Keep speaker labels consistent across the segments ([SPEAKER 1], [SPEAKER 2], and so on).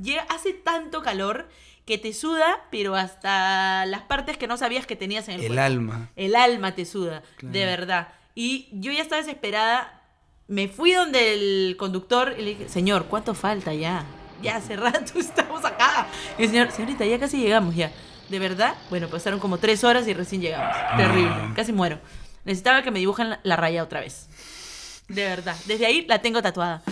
[SPEAKER 1] llega- hace tanto calor que te suda, pero hasta las partes que no sabías que tenías en el,
[SPEAKER 2] El
[SPEAKER 1] cuerpo.
[SPEAKER 2] alma.
[SPEAKER 1] El alma te suda,
[SPEAKER 2] Claro.
[SPEAKER 1] de verdad. Y yo ya estaba desesperada. Me fui donde el conductor y le dije, señor, ¿cuánto falta ya? Ya hace rato estamos acá. Y el señor, señorita, ya casi llegamos ya. ¿De verdad? Bueno, pasaron como tres horas y recién llegamos. Terrible, casi muero. Necesitaba que me dibujen la- la raya otra vez. De verdad, desde ahí la tengo tatuada.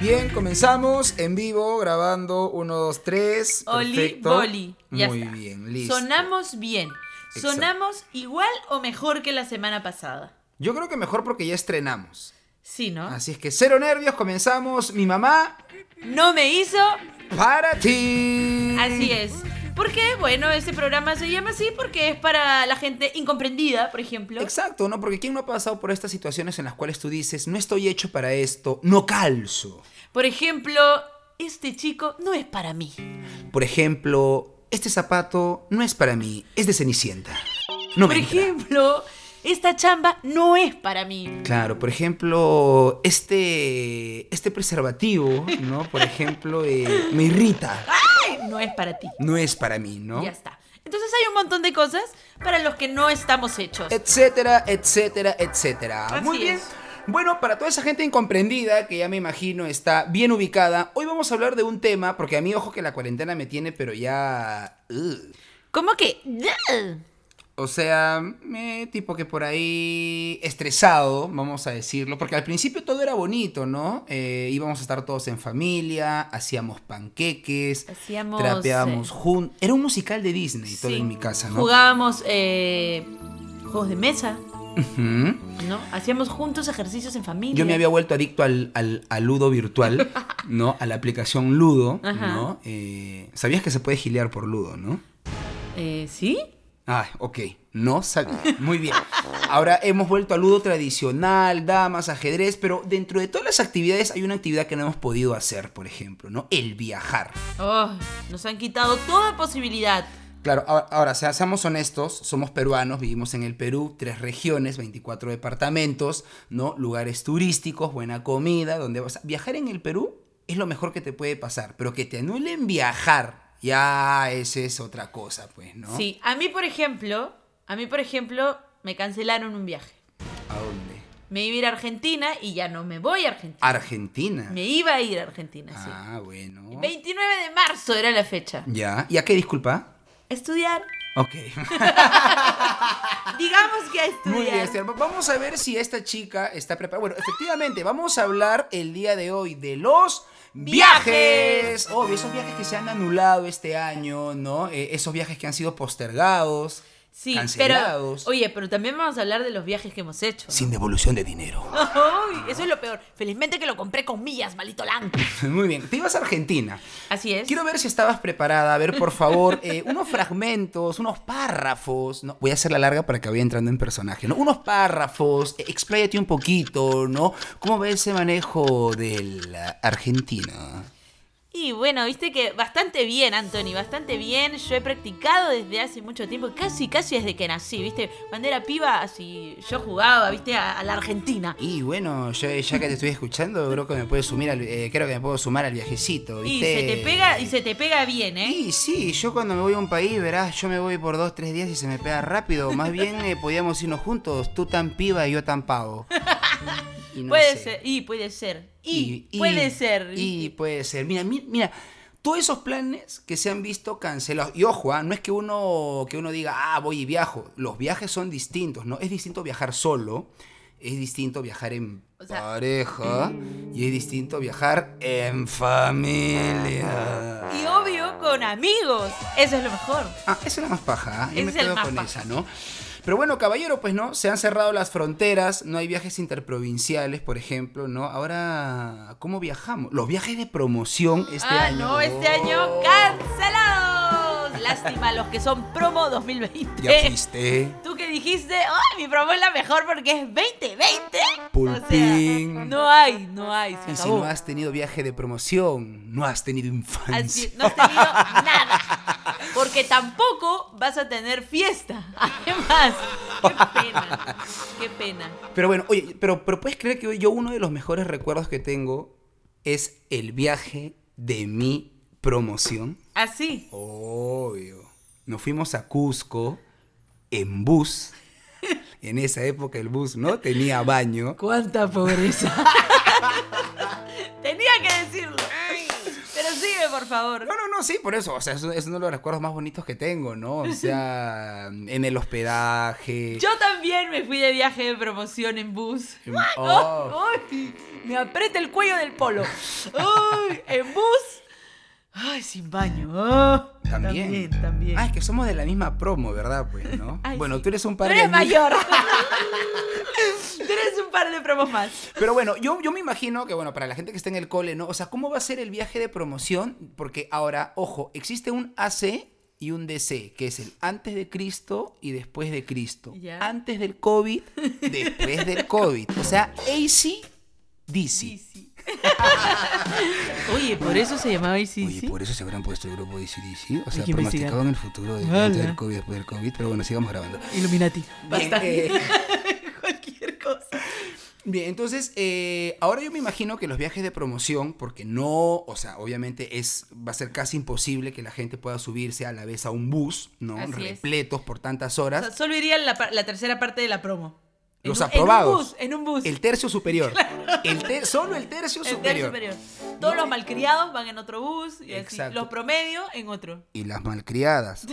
[SPEAKER 2] Bien, comenzamos en vivo grabando 1, 2, 3.
[SPEAKER 1] Oli,
[SPEAKER 2] Perfecto.
[SPEAKER 1] boli, ya
[SPEAKER 2] Muy
[SPEAKER 1] está.
[SPEAKER 2] bien, listo.
[SPEAKER 1] Sonamos bien.
[SPEAKER 2] Exacto.
[SPEAKER 1] Sonamos igual o mejor que la semana pasada.
[SPEAKER 2] Yo creo que mejor porque ya estrenamos.
[SPEAKER 1] Sí, ¿no?
[SPEAKER 2] Así es que cero nervios, comenzamos. Mi mamá,
[SPEAKER 1] No me hizo,
[SPEAKER 2] para ti.
[SPEAKER 1] así es. Porque, bueno, este programa se llama así porque es para la gente incomprendida, por ejemplo.
[SPEAKER 2] Exacto, ¿no? Porque ¿quién no ha pasado por estas situaciones en las cuales tú dices, no estoy hecho para esto, no calzo?
[SPEAKER 1] Por ejemplo, este chico no es para mí.
[SPEAKER 2] Por ejemplo, este zapato no es para mí, es de Cenicienta. No
[SPEAKER 1] por
[SPEAKER 2] me entra.
[SPEAKER 1] ejemplo, esta chamba no es para mí.
[SPEAKER 2] Claro, por ejemplo, este, este preservativo, ¿no? Por ejemplo, eh, me irrita.
[SPEAKER 1] No es para ti.
[SPEAKER 2] No es para mí, ¿no?
[SPEAKER 1] Ya está. Entonces hay un montón de cosas para los que no estamos hechos.
[SPEAKER 2] Eh. etcétera, etcétera, etcétera.
[SPEAKER 1] Así
[SPEAKER 2] Muy bien.
[SPEAKER 1] es.
[SPEAKER 2] Bueno, para toda esa gente incomprendida que ya me imagino está bien ubicada, hoy vamos a hablar de un tema, porque a mí ojo que la cuarentena me tiene, pero ya... ugh.
[SPEAKER 1] ¿Cómo que? ¡ah!
[SPEAKER 2] O sea, eh, tipo que por ahí estresado, vamos a decirlo, porque al principio todo era bonito, ¿no? Eh, íbamos a estar todos en familia, hacíamos panqueques,
[SPEAKER 1] Hacíamos,
[SPEAKER 2] trapeábamos
[SPEAKER 1] eh,
[SPEAKER 2] juntos. Era un musical de Disney, todo
[SPEAKER 1] Sí.
[SPEAKER 2] en mi casa, ¿no?
[SPEAKER 1] Jugábamos eh, juegos de mesa,
[SPEAKER 2] Ujú.
[SPEAKER 1] ¿no? Hacíamos juntos ejercicios en familia.
[SPEAKER 2] Yo me había vuelto adicto al, al- al Ludo virtual, ¿no? A la aplicación Ludo,
[SPEAKER 1] Ajá.
[SPEAKER 2] ¿no? Eh, Sabías que se puede gilear por Ludo, ¿no?
[SPEAKER 1] Eh, ¿Sí?
[SPEAKER 2] Ah, ok. No sabía. Muy bien. Ahora hemos vuelto al ludo tradicional, damas, ajedrez, pero dentro de todas las actividades hay una actividad que no hemos podido hacer, por ejemplo, ¿no? El viajar.
[SPEAKER 1] Oh, nos han quitado toda posibilidad.
[SPEAKER 2] Claro, ahora, ahora, sea- seamos honestos, somos peruanos, vivimos en el Perú, tres regiones, 24 departamentos, ¿no? Lugares turísticos, buena comida, donde vas a... Viajar en el Perú es lo mejor que te puede pasar, pero que te anulen viajar, ya esa es otra cosa, pues, ¿no?
[SPEAKER 1] Sí, a mí, por ejemplo, a mí, por ejemplo, me cancelaron un viaje.
[SPEAKER 2] ¿A dónde?
[SPEAKER 1] Me iba a ir a Argentina y ya no me voy a Argentina.
[SPEAKER 2] Argentina.
[SPEAKER 1] Me iba a ir a Argentina, sí.
[SPEAKER 2] Ah, bueno.
[SPEAKER 1] 29 de marzo era la fecha.
[SPEAKER 2] Ya. ¿Y a qué disculpa?
[SPEAKER 1] Estudiar.
[SPEAKER 2] Ok.
[SPEAKER 1] Digamos que a estudiar.
[SPEAKER 2] Muy bien, Esther. Vamos a ver si esta chica está preparada. Bueno, efectivamente, vamos a hablar el día de hoy de los viajes.
[SPEAKER 1] Viajes.
[SPEAKER 2] Obvio, esos viajes que se han anulado este año, ¿no? Eh, esos viajes que han sido postergados,
[SPEAKER 1] Sí, pero.
[SPEAKER 2] cancelados,
[SPEAKER 1] Oye, pero también vamos a hablar de los viajes que hemos hecho. ¿no?
[SPEAKER 2] sin devolución de dinero.
[SPEAKER 1] Ay, eso es lo peor. Felizmente que lo compré con millas, malito lanco.
[SPEAKER 2] Muy bien, te ibas a Argentina.
[SPEAKER 1] Así es.
[SPEAKER 2] Quiero ver si estabas preparada. A ver, por favor, eh, unos fragmentos, unos párrafos. ¿no? Voy a hacer la larga para que vaya entrando en personaje, ¿no? Unos párrafos, eh, expláyate un poquito, ¿no? ¿Cómo va ese manejo del ah, argentino?
[SPEAKER 1] Y bueno, viste que bastante bien, Anthony, bastante bien. Yo he practicado desde hace mucho tiempo, casi, casi desde que nací, viste. Cuando era piba, así yo jugaba, viste, a, a la Argentina.
[SPEAKER 2] Y bueno, ya, ya que te estoy escuchando, creo que me puedes sumir al- eh, creo que me puedo sumar al viajecito,
[SPEAKER 1] Y
[SPEAKER 2] ¿viste?
[SPEAKER 1] se te pega, y se te pega bien, ¿eh?
[SPEAKER 2] Y sí, yo cuando me voy a un país, verás, yo me voy por dos, tres días y se me pega rápido. Más bien eh, podíamos irnos juntos, tú tan piba y yo tan pavo. Y no
[SPEAKER 1] puede
[SPEAKER 2] sé.
[SPEAKER 1] ser, y puede ser, y, puede ser.
[SPEAKER 2] Y puede ser. Mira, mi- mira, todos esos planes que se han visto cancelados. Y ojo, ah, no es que uno, que uno diga, ah, voy y viajo. Los viajes son distintos, ¿no? Es distinto viajar solo, es distinto viajar en
[SPEAKER 1] O sea- mm.
[SPEAKER 2] pareja y es distinto viajar en familia.
[SPEAKER 1] Y obvio, con amigos. Eso es lo mejor.
[SPEAKER 2] Ah, esa es la más paja, ¿ah? yo
[SPEAKER 1] Ese
[SPEAKER 2] me
[SPEAKER 1] es el
[SPEAKER 2] quedo
[SPEAKER 1] más
[SPEAKER 2] con
[SPEAKER 1] paja.
[SPEAKER 2] esa, ¿no? Pero bueno, caballero, pues no, se han cerrado las fronteras, no hay viajes interprovinciales, por ejemplo, ¿no? Ahora, ¿cómo viajamos? Los viajes de promoción este
[SPEAKER 1] ah,
[SPEAKER 2] año.
[SPEAKER 1] no, este año cancelados. Lástima los que son promo 2020.
[SPEAKER 2] Ya fuiste.
[SPEAKER 1] Tú que dijiste, ¡ay, mi promo es la mejor porque es 2020!
[SPEAKER 2] Pulpín.
[SPEAKER 1] O sea, no hay, no hay, se
[SPEAKER 2] Y si
[SPEAKER 1] acabó.
[SPEAKER 2] no has tenido viaje de promoción, no has tenido infancia.
[SPEAKER 1] Así, no has tenido nada. Porque tampoco vas a tener fiesta. Además, Qué pena. Qué pena.
[SPEAKER 2] Pero bueno, oye, pero, pero puedes creer que yo uno de los mejores recuerdos que tengo es el viaje de mi promoción.
[SPEAKER 1] Así.
[SPEAKER 2] Obvio. Nos fuimos a Cusco en bus. En esa época el bus no tenía baño.
[SPEAKER 1] Cuánta pobreza. Tenía que decirlo. Pero sigue, por favor.
[SPEAKER 2] No, no, no, sí, por eso. O sea, es, es uno de los recuerdos más bonitos que tengo, ¿no? O sea, en el hospedaje.
[SPEAKER 1] Yo también me fui de viaje de promoción en bus.
[SPEAKER 2] en- oh,
[SPEAKER 1] ¡Oh! ¡Ay! Me aprieta el cuello del polo. ¡Ay! En bus. Ay, sin baño. Ah,
[SPEAKER 2] también.
[SPEAKER 1] También, también.
[SPEAKER 2] Ah, es que somos de la misma promo, ¿verdad? Pues, ¿no?
[SPEAKER 1] Ay,
[SPEAKER 2] bueno,
[SPEAKER 1] sí.
[SPEAKER 2] tú eres un
[SPEAKER 1] Tú
[SPEAKER 2] par de
[SPEAKER 1] eres
[SPEAKER 2] amigos.
[SPEAKER 1] mayor. Tú eres un par de promos más.
[SPEAKER 2] Pero bueno, yo, yo me imagino que, bueno, para la gente que está en el cole, ¿no? O sea, ¿cómo va a ser el viaje de promoción? Porque ahora, ojo, existe un AC y un DC, que es el antes de Cristo y después de Cristo.
[SPEAKER 1] Ya.
[SPEAKER 2] Antes del COVID, después del COVID. O sea, AC,
[SPEAKER 1] Sí,
[SPEAKER 2] DC.
[SPEAKER 1] sí. Oye, por eso se llamaba ICC.
[SPEAKER 2] Oye, por eso se habrán puesto el grupo DC, DC. O sea,
[SPEAKER 1] que investigar.
[SPEAKER 2] pronosticaban el futuro de-
[SPEAKER 1] Ala.
[SPEAKER 2] antes del COVID, después del COVID. Pero bueno, sigamos grabando.
[SPEAKER 1] Illuminati.
[SPEAKER 2] Bien,
[SPEAKER 1] Basta.
[SPEAKER 2] eh.
[SPEAKER 1] Cualquier cosa.
[SPEAKER 2] Bien, entonces, eh, ahora yo me imagino que los viajes de promoción, porque no, o sea, obviamente es, va a ser casi imposible que la gente pueda subirse a la vez a un bus, ¿no?
[SPEAKER 1] Así es.
[SPEAKER 2] Repletos por tantas
[SPEAKER 1] O sea,
[SPEAKER 2] horas.
[SPEAKER 1] solo iría la, par- la tercera parte de la promo. En
[SPEAKER 2] Los
[SPEAKER 1] un-
[SPEAKER 2] aprobados.
[SPEAKER 1] En un bus, en un bus.
[SPEAKER 2] El tercio superior. El ter- solo el tercio
[SPEAKER 1] El
[SPEAKER 2] superior.
[SPEAKER 1] tercio superior. Todos los malcriados van en otro bus y así.
[SPEAKER 2] Exacto.
[SPEAKER 1] Los promedio en otro.
[SPEAKER 2] Y las malcriadas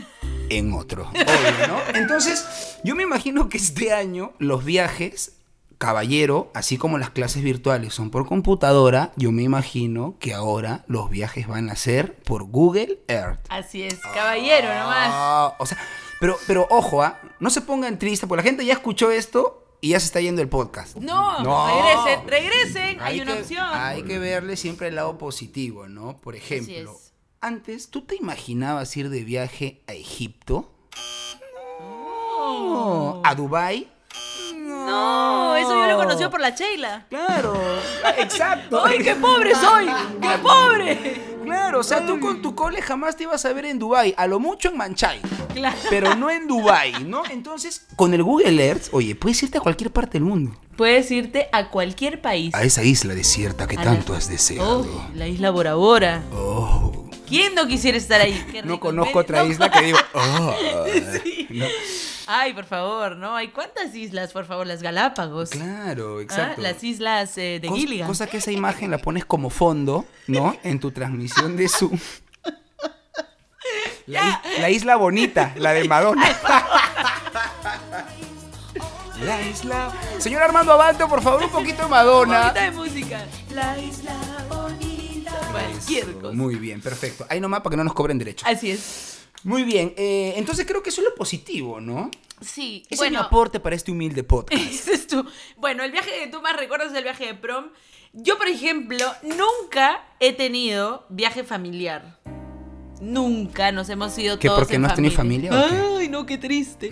[SPEAKER 2] en otro. obvio, ¿no? Entonces, yo me imagino que este año los viajes, caballero, así como las clases virtuales son por computadora, yo me imagino que ahora los viajes van a ser por Google Earth.
[SPEAKER 1] Así es, caballero nomás.
[SPEAKER 2] Ah, o sea, pero, pero ojo, ¿ah? no se pongan tristes, porque la gente ya escuchó esto y ya se está yendo el podcast.
[SPEAKER 1] No,
[SPEAKER 2] No.
[SPEAKER 1] regresen, regresen, hay, una
[SPEAKER 2] que-
[SPEAKER 1] opción.
[SPEAKER 2] Hay que verle siempre el lado positivo, ¿no? Por ejemplo,
[SPEAKER 1] es.
[SPEAKER 2] antes, ¿tú te imaginabas ir de viaje a Egipto?
[SPEAKER 1] No.
[SPEAKER 2] ¿A Dubai?
[SPEAKER 1] No, eso yo lo conocí por la Sheila.
[SPEAKER 2] Claro, exacto.
[SPEAKER 1] ¡Ay, qué pobre soy! ¡Qué pobre!
[SPEAKER 2] Claro, o sea, tú con tu cole jamás te ibas a ver en Dubai, a lo mucho en Manchai.
[SPEAKER 1] Claro.
[SPEAKER 2] Pero no en Dubai, ¿no? Entonces, con el Google Earth, oye, puedes irte a cualquier parte del mundo.
[SPEAKER 1] Puedes irte a cualquier país.
[SPEAKER 2] A esa isla desierta que
[SPEAKER 1] A la-
[SPEAKER 2] tanto has deseado.
[SPEAKER 1] Oh, la isla Bora Bora.
[SPEAKER 2] Oh.
[SPEAKER 1] ¿Quién no quisiera estar ahí? Qué
[SPEAKER 2] No
[SPEAKER 1] rico. ¿eh?
[SPEAKER 2] conozco otra
[SPEAKER 1] No
[SPEAKER 2] isla que digo. Oh.
[SPEAKER 1] Sí. Ay, por favor, ¿no? ¿Hay cuántas islas, por favor? Las Galápagos.
[SPEAKER 2] Claro,
[SPEAKER 1] Ah,
[SPEAKER 2] exacto.
[SPEAKER 1] Las islas eh, de
[SPEAKER 2] Cos-
[SPEAKER 1] Gilligan.
[SPEAKER 2] cosa que esa imagen la pones como fondo, ¿no? En tu transmisión de Zoom. La, is- la isla bonita, la de Madonna. La isla. Señor Armando Abante, por favor, un poquito de
[SPEAKER 1] Un
[SPEAKER 2] Madonna.
[SPEAKER 1] poquito de música. La isla bonita.
[SPEAKER 2] Pues,
[SPEAKER 1] Cualquier
[SPEAKER 2] Eso,
[SPEAKER 1] cosa.
[SPEAKER 2] Muy bien, perfecto. Ahí nomás para que no nos cobren derecho.
[SPEAKER 1] Así es.
[SPEAKER 2] Muy bien, eh, entonces creo que eso es lo positivo, ¿no?
[SPEAKER 1] Sí,
[SPEAKER 2] Ese es mi
[SPEAKER 1] bueno.
[SPEAKER 2] aporte para este humilde podcast.
[SPEAKER 1] Ese es tu- Bueno, el viaje que tú más recuerdas es el viaje de prom. Yo, por ejemplo, nunca he tenido viaje familiar. Nunca nos hemos ido
[SPEAKER 2] ¿Qué,
[SPEAKER 1] todos
[SPEAKER 2] porque
[SPEAKER 1] en
[SPEAKER 2] no has tenido familia o qué?
[SPEAKER 1] Ay, no, qué triste.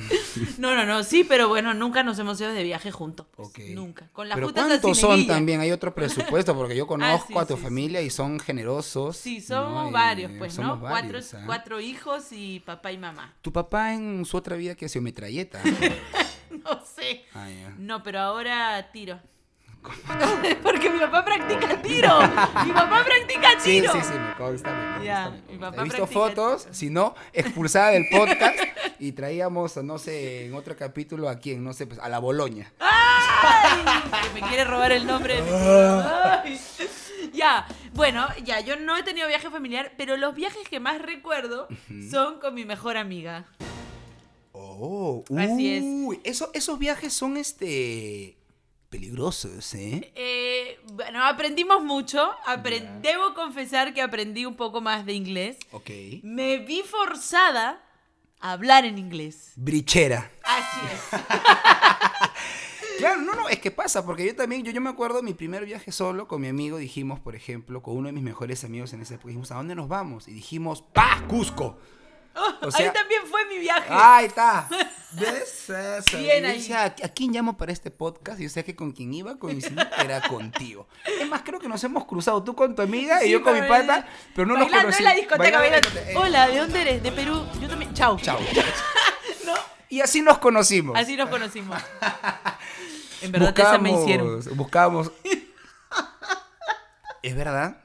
[SPEAKER 1] No, no, no, sí, pero bueno, nunca nos hemos ido de viaje juntos. pues,
[SPEAKER 2] Ok.
[SPEAKER 1] Nunca. Con las
[SPEAKER 2] Pero
[SPEAKER 1] juntas
[SPEAKER 2] ¿cuántos
[SPEAKER 1] así,
[SPEAKER 2] son
[SPEAKER 1] neguilla.
[SPEAKER 2] también? Hay otro presupuesto, porque yo conozco
[SPEAKER 1] Ah, sí,
[SPEAKER 2] a tu
[SPEAKER 1] sí,
[SPEAKER 2] familia y son generosos.
[SPEAKER 1] Sí,
[SPEAKER 2] ¿no?
[SPEAKER 1] somos
[SPEAKER 2] Eh,
[SPEAKER 1] varios, pues,
[SPEAKER 2] somos
[SPEAKER 1] ¿no?
[SPEAKER 2] varios,
[SPEAKER 1] cuatro,
[SPEAKER 2] ¿ah?
[SPEAKER 1] cuatro hijos y papá y mamá.
[SPEAKER 2] Tu papá en su otra vida que se metralleta.
[SPEAKER 1] No sé.
[SPEAKER 2] Ah, ya.
[SPEAKER 1] No, pero ahora tiro. Porque mi papá practica tiro. Mi papá practica
[SPEAKER 2] Sí,
[SPEAKER 1] tiro.
[SPEAKER 2] sí, sí, me consta, me consta,
[SPEAKER 1] Ya,
[SPEAKER 2] me consta.
[SPEAKER 1] mi papá
[SPEAKER 2] He visto
[SPEAKER 1] practica
[SPEAKER 2] fotos,
[SPEAKER 1] tiro.
[SPEAKER 2] si no, expulsada del podcast y traíamos, no sé, en otro capítulo a quién, no sé, pues a la Boloña.
[SPEAKER 1] ¡Ay! Que me quiere robar el nombre de mi
[SPEAKER 2] Ah.
[SPEAKER 1] tía. Ay. Ya, bueno, ya, yo no he tenido viaje familiar, pero los viajes que más recuerdo son con mi mejor amiga.
[SPEAKER 2] Oh,
[SPEAKER 1] Así es.
[SPEAKER 2] uy, eso- esos viajes son este peligrosos, ¿eh?
[SPEAKER 1] Eh, bueno, aprendimos mucho. Apren- Debo confesar que aprendí un poco más de inglés.
[SPEAKER 2] Ok.
[SPEAKER 1] Me vi forzada a hablar en inglés.
[SPEAKER 2] Brichera.
[SPEAKER 1] Así es.
[SPEAKER 2] Claro, no, no, es que pasa, porque yo también, yo, yo me acuerdo mi primer viaje solo con mi amigo, dijimos, por ejemplo, con uno de mis mejores amigos en esa época, dijimos, ¿a dónde nos vamos? Y dijimos, ¡pa! Cusco. O sea-
[SPEAKER 1] Ahí también fue mi viaje.
[SPEAKER 2] Ahí está. ¿Ves? Eso.
[SPEAKER 1] Bien
[SPEAKER 2] Y
[SPEAKER 1] ahí.
[SPEAKER 2] decía, ¿A a quién llamo para este podcast? Y o sea que con quien iba a coincidir era contigo. Es más, creo que nos hemos cruzado tú con tu amiga y
[SPEAKER 1] Sí,
[SPEAKER 2] yo con mi
[SPEAKER 1] pero-
[SPEAKER 2] pata, pero no nos
[SPEAKER 1] Bailando
[SPEAKER 2] conocimos.
[SPEAKER 1] en la discoteca,
[SPEAKER 2] Bailando en la
[SPEAKER 1] bailando.
[SPEAKER 2] discoteca. Eh,
[SPEAKER 1] Hola, ¿de dónde eres? De Perú. Yo también. Chau.
[SPEAKER 2] Chao.
[SPEAKER 1] No,
[SPEAKER 2] Y así nos conocimos.
[SPEAKER 1] Así nos conocimos. En verdad, esa me hicieron.
[SPEAKER 2] Buscábamos. ¿Es verdad?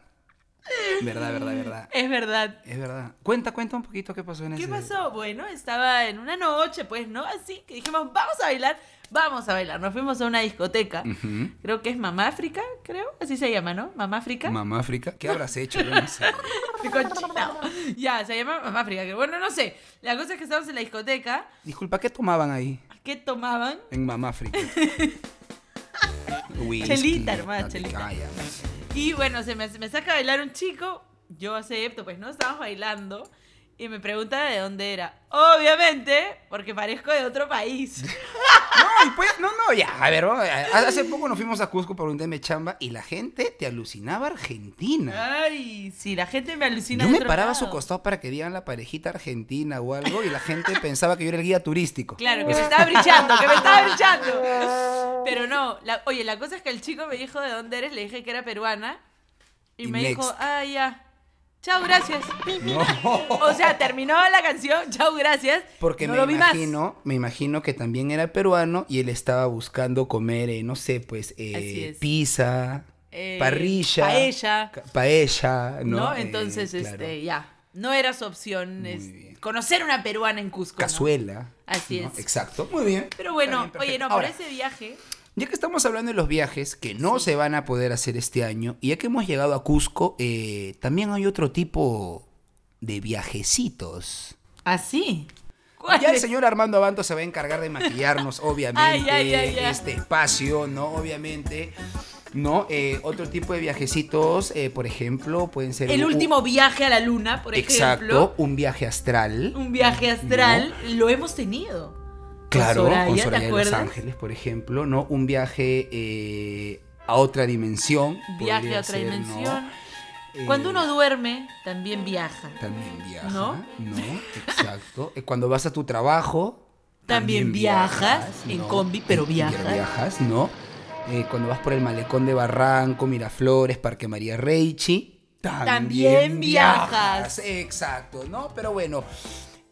[SPEAKER 2] Verdad, verdad, verdad.
[SPEAKER 1] Es verdad.
[SPEAKER 2] Es verdad. Cuenta, cuenta un poquito qué pasó en
[SPEAKER 1] ¿Qué
[SPEAKER 2] ese...
[SPEAKER 1] pasó? Bueno, estaba en una noche, pues, ¿no? Así que dijimos, vamos a bailar, vamos a bailar. Nos fuimos a una discoteca.
[SPEAKER 2] Ujú.
[SPEAKER 1] Creo que es Mamá África, creo. Así se llama, ¿no? Mamá África.
[SPEAKER 2] Mamá África, ¿qué habrás hecho? Yo no sé.
[SPEAKER 1] Cochinado. Ya, se llama Mamá África. que Bueno, no sé. La cosa es que estábamos en la discoteca.
[SPEAKER 2] Disculpa, ¿qué tomaban ahí
[SPEAKER 1] ¿Qué tomaban?
[SPEAKER 2] en Mamá África? Whisky,
[SPEAKER 1] Chelita, hermano,
[SPEAKER 2] ah,
[SPEAKER 1] chelita.
[SPEAKER 2] ah, ya.
[SPEAKER 1] Y bueno, se me, me saca a bailar un chico, yo acepto, pues no, estábamos bailando. Y me pregunta de dónde era. Obviamente, porque parezco de otro país.
[SPEAKER 2] No, y pues- no, no, ya. A ver, vamos a- hace poco nos fuimos a Cusco por un tema de chamba y la gente te alucinaba Argentina.
[SPEAKER 1] Ay, sí, la gente me alucina.
[SPEAKER 2] Yo
[SPEAKER 1] de
[SPEAKER 2] me
[SPEAKER 1] otro
[SPEAKER 2] paraba a su
[SPEAKER 1] lado.
[SPEAKER 2] costado para que digan la parejita argentina o algo y la gente pensaba que yo era el guía turístico.
[SPEAKER 1] Claro, que me estaba brillando, que me estaba brillando. Pero no, la- oye, la cosa es que el chico me dijo de dónde eres, le dije que era peruana. Y,
[SPEAKER 2] Y
[SPEAKER 1] me dijo,
[SPEAKER 2] next.
[SPEAKER 1] ah, ya. Chao, gracias.
[SPEAKER 2] No.
[SPEAKER 1] O sea, terminó la canción, chao, gracias.
[SPEAKER 2] Porque
[SPEAKER 1] no
[SPEAKER 2] me
[SPEAKER 1] lo vi más.
[SPEAKER 2] imagino, me imagino que también era peruano y él estaba buscando comer, eh, no sé, pues, eh,
[SPEAKER 1] Así es.
[SPEAKER 2] pizza,
[SPEAKER 1] Eh,
[SPEAKER 2] parrilla,
[SPEAKER 1] paella.
[SPEAKER 2] ca- paella, ¿no?
[SPEAKER 1] ¿no?
[SPEAKER 2] Eh,
[SPEAKER 1] Entonces,
[SPEAKER 2] claro.
[SPEAKER 1] este, ya. No era su opción es
[SPEAKER 2] bien.
[SPEAKER 1] conocer una peruana en Cusco. ¿no?
[SPEAKER 2] Cazuela.
[SPEAKER 1] Así
[SPEAKER 2] ¿no?
[SPEAKER 1] es.
[SPEAKER 2] Exacto. Muy bien.
[SPEAKER 1] Pero bueno,
[SPEAKER 2] Está bien,
[SPEAKER 1] oye, no,
[SPEAKER 2] perfecto. Ahora,
[SPEAKER 1] por ese viaje.
[SPEAKER 2] Ya que estamos hablando de los viajes que no se van a poder hacer este año, y ya que hemos llegado a Cusco, eh, también hay otro tipo de viajecitos.
[SPEAKER 1] Así. ¿Cuál
[SPEAKER 2] Ya el
[SPEAKER 1] es?
[SPEAKER 2] señor Armando Abanto se va a encargar de maquillarnos, obviamente,
[SPEAKER 1] Ay, ay, ay, ay.
[SPEAKER 2] este espacio, ¿no? Obviamente, ¿no? Eh, otro tipo de viajecitos, eh, por ejemplo, pueden ser...
[SPEAKER 1] El
[SPEAKER 2] un-
[SPEAKER 1] último viaje a la luna, por
[SPEAKER 2] Exacto,
[SPEAKER 1] ejemplo.
[SPEAKER 2] un viaje astral.
[SPEAKER 1] Un viaje astral. Lo hemos tenido. Con
[SPEAKER 2] Claro,
[SPEAKER 1] Soraya,
[SPEAKER 2] con
[SPEAKER 1] ¿te
[SPEAKER 2] Soraya de Los
[SPEAKER 1] acuerdas?
[SPEAKER 2] Ángeles, por ejemplo, ¿no? Un viaje eh, a otra dimensión.
[SPEAKER 1] Viaje
[SPEAKER 2] podría
[SPEAKER 1] a otra
[SPEAKER 2] ser, ¿no?
[SPEAKER 1] dimensión.
[SPEAKER 2] Eh,
[SPEAKER 1] Cuando uno duerme, también viaja.
[SPEAKER 2] También viaja.
[SPEAKER 1] ¿No?
[SPEAKER 2] ¿No? exacto. Eh, Cuando vas a tu trabajo.
[SPEAKER 1] También viajas, en combi, pero viajas.
[SPEAKER 2] viajas, ¿no? Eh, cuando vas por el malecón de Barranco, Miraflores, Parque María Reichi.
[SPEAKER 1] También viajas.
[SPEAKER 2] Exacto, ¿no? Pero bueno.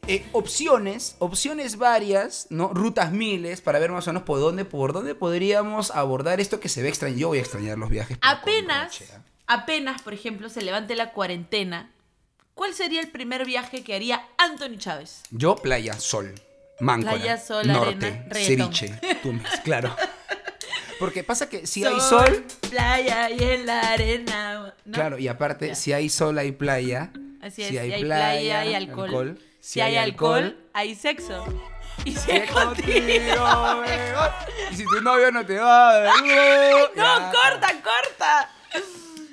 [SPEAKER 2] eh, opciones, opciones varias, ¿no? Rutas miles para ver más o menos por dónde, por dónde podríamos abordar esto que se ve extraño. Yo voy a extrañar los viajes. pero con
[SPEAKER 1] Apenas,
[SPEAKER 2] Roche, ¿ah?
[SPEAKER 1] apenas, por ejemplo, se levante la cuarentena, ¿cuál sería el primer viaje que haría Anthony Chávez?
[SPEAKER 2] Yo, playa, sol, máncora,
[SPEAKER 1] Playa, sol,
[SPEAKER 2] norte,
[SPEAKER 1] arena, reggaetón.
[SPEAKER 2] ceviche, tumbes, claro. Porque pasa que si hay
[SPEAKER 1] Sol,
[SPEAKER 2] sol,
[SPEAKER 1] Playa y en la arena. ¿no?
[SPEAKER 2] claro, y aparte,
[SPEAKER 1] Ya.
[SPEAKER 2] si hay sol, hay playa.
[SPEAKER 1] Así es.
[SPEAKER 2] si hay,
[SPEAKER 1] y hay
[SPEAKER 2] playa,
[SPEAKER 1] hay alcohol.
[SPEAKER 2] Si, hay, alcohol,
[SPEAKER 1] hay sexo. Y si
[SPEAKER 2] te
[SPEAKER 1] es contigo.
[SPEAKER 2] contigo, mejor. Y si tu novio no te va, de nuevo,
[SPEAKER 1] No,
[SPEAKER 2] ya.
[SPEAKER 1] corta, corta.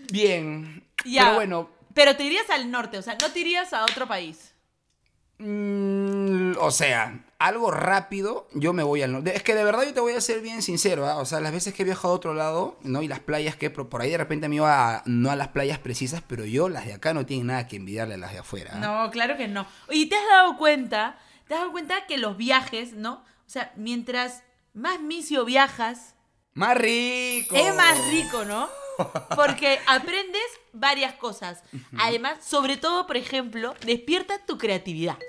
[SPEAKER 2] Bien.
[SPEAKER 1] Ya.
[SPEAKER 2] Pero bueno,
[SPEAKER 1] Pero te irías al norte, o sea, no te irías a otro país.
[SPEAKER 2] Mm, o sea, algo rápido, yo me voy al norte. Es que de verdad yo te voy a ser bien sincero, ¿ah? o sea, las veces que he viajado a otro lado, ¿no? Y las playas que pro- por ahí de repente me iba a- no a las playas precisas, pero yo las de acá no tienen nada que envidiarle a las de afuera. ¿ah?
[SPEAKER 1] No, claro que no. Oye, ¿te has dado cuenta? ¿Te has dado cuenta que los viajes, ¿no? O sea, mientras más misio viajas,
[SPEAKER 2] Más rico.
[SPEAKER 1] Es más rico, ¿no? Porque aprendes varias cosas. Además, sobre todo, por ejemplo, despierta tu creatividad,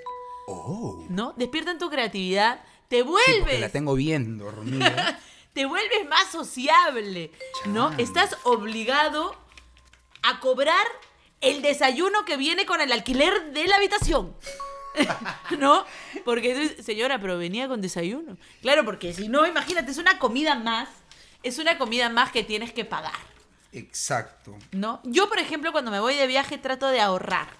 [SPEAKER 2] Oh.
[SPEAKER 1] ¿no? Despierta tu creatividad, te
[SPEAKER 2] Sí, porque la
[SPEAKER 1] vuelves,
[SPEAKER 2] tengo bien dormida.
[SPEAKER 1] te vuelves más sociable, ¿no?
[SPEAKER 2] Chale.
[SPEAKER 1] Estás obligado a cobrar el desayuno que viene con el alquiler de la habitación. ¿No? Porque, dices, señora, pero venía con desayuno. Claro, porque si no, imagínate, es una comida más. Es una comida más que tienes que pagar.
[SPEAKER 2] Exacto.
[SPEAKER 1] ¿no? Yo, por ejemplo, cuando me voy de viaje trato de ahorrar,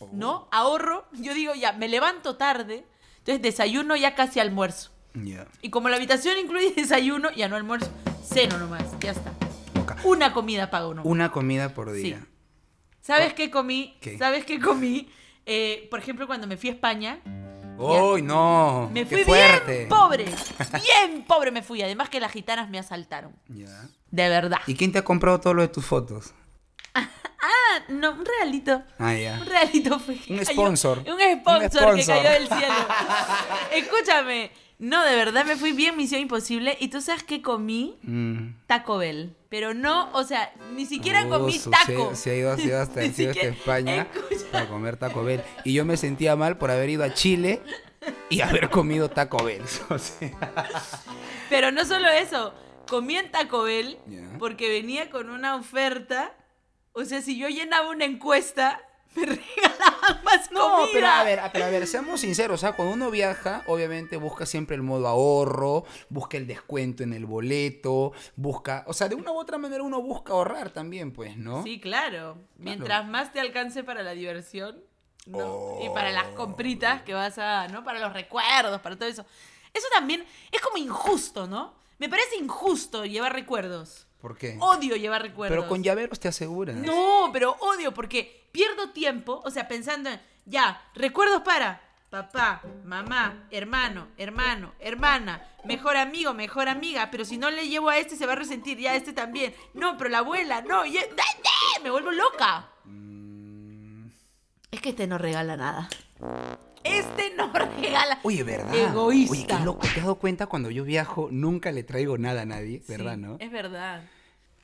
[SPEAKER 2] Oh.
[SPEAKER 1] ¿no? Ahorro, yo digo ya, me levanto tarde, entonces desayuno ya casi almuerzo.
[SPEAKER 2] Ya.
[SPEAKER 1] Y como la habitación incluye desayuno, ya no almuerzo, ceno nomás, ya está.
[SPEAKER 2] Loca.
[SPEAKER 1] Una comida pago nomás.
[SPEAKER 2] Una comida por
[SPEAKER 1] Sí.
[SPEAKER 2] día.
[SPEAKER 1] ¿Sabes qué comí?
[SPEAKER 2] ¿Qué?
[SPEAKER 1] ¿Sabes qué comí? Eh, por ejemplo, cuando me fui a España,
[SPEAKER 2] ¡Uy, no!
[SPEAKER 1] me
[SPEAKER 2] ¡Qué
[SPEAKER 1] fui
[SPEAKER 2] fuerte!
[SPEAKER 1] bien pobre. Bien pobre me fui. Además que las gitanas me asaltaron.
[SPEAKER 2] Ya.
[SPEAKER 1] De verdad.
[SPEAKER 2] ¿Y quién te ha comprado todo lo de tus fotos?
[SPEAKER 1] Ah, no, un realito.
[SPEAKER 2] Ah, ya.
[SPEAKER 1] Un realito fue que
[SPEAKER 2] Un
[SPEAKER 1] cayó-
[SPEAKER 2] sponsor.
[SPEAKER 1] Un sponsor,
[SPEAKER 2] Un
[SPEAKER 1] que
[SPEAKER 2] sponsor.
[SPEAKER 1] cayó del cielo. Escúchame. No, de verdad me fui bien Misión Imposible. Y tú sabes que comí
[SPEAKER 2] Mm.
[SPEAKER 1] Taco Bell. Pero no, o sea, ni siquiera
[SPEAKER 2] Oh,
[SPEAKER 1] comí
[SPEAKER 2] su-
[SPEAKER 1] taco.
[SPEAKER 2] Se, se ha ido, se ha ido hasta,
[SPEAKER 1] Ni
[SPEAKER 2] se ha ido hasta
[SPEAKER 1] siquiera-
[SPEAKER 2] España
[SPEAKER 1] Escucha,
[SPEAKER 2] para comer Taco Bell. Y yo me sentía mal por haber ido a Chile y haber comido Taco Bell. O sea,
[SPEAKER 1] Pero no solo eso, comí en Taco Bell
[SPEAKER 2] Ya.
[SPEAKER 1] porque venía con una oferta. O sea, si yo llenaba una encuesta, me regalaban más comida.
[SPEAKER 2] No, pero a ver, a- pero a ver, seamos sinceros, o sea, cuando uno viaja, obviamente busca siempre el modo ahorro, busca el descuento en el boleto, busca, o sea, de una u otra manera uno busca ahorrar también, pues, ¿no?
[SPEAKER 1] Sí, claro. Mientras más te alcance para la diversión ¿no? y para las
[SPEAKER 2] Oh.
[SPEAKER 1] compritas que vas a, ¿no? Para los recuerdos, para todo eso. Eso también es como injusto, ¿no? Me parece injusto llevar recuerdos.
[SPEAKER 2] ¿Por qué?
[SPEAKER 1] Odio llevar recuerdos.
[SPEAKER 2] Eh. Pero con llaveros te aseguras.
[SPEAKER 1] Oh, No, pero odio porque pierdo tiempo, o sea, pensando en, ya, recuerdos para papá, mamá, hermano, hermano, hermana, mejor amigo, mejor amiga, pero si no le llevo a este se va a resentir, ya este también. No, pero la abuela, no, y- me vuelvo loca. Mm. Es que este no regala nada. Este no regala.
[SPEAKER 2] Oye, ¿verdad?
[SPEAKER 1] Egoísta.
[SPEAKER 2] Oye, qué loco, ¿te has dado cuenta cuando yo viajo nunca le traigo nada a nadie,
[SPEAKER 1] Sí,
[SPEAKER 2] verdad, no?
[SPEAKER 1] Es verdad.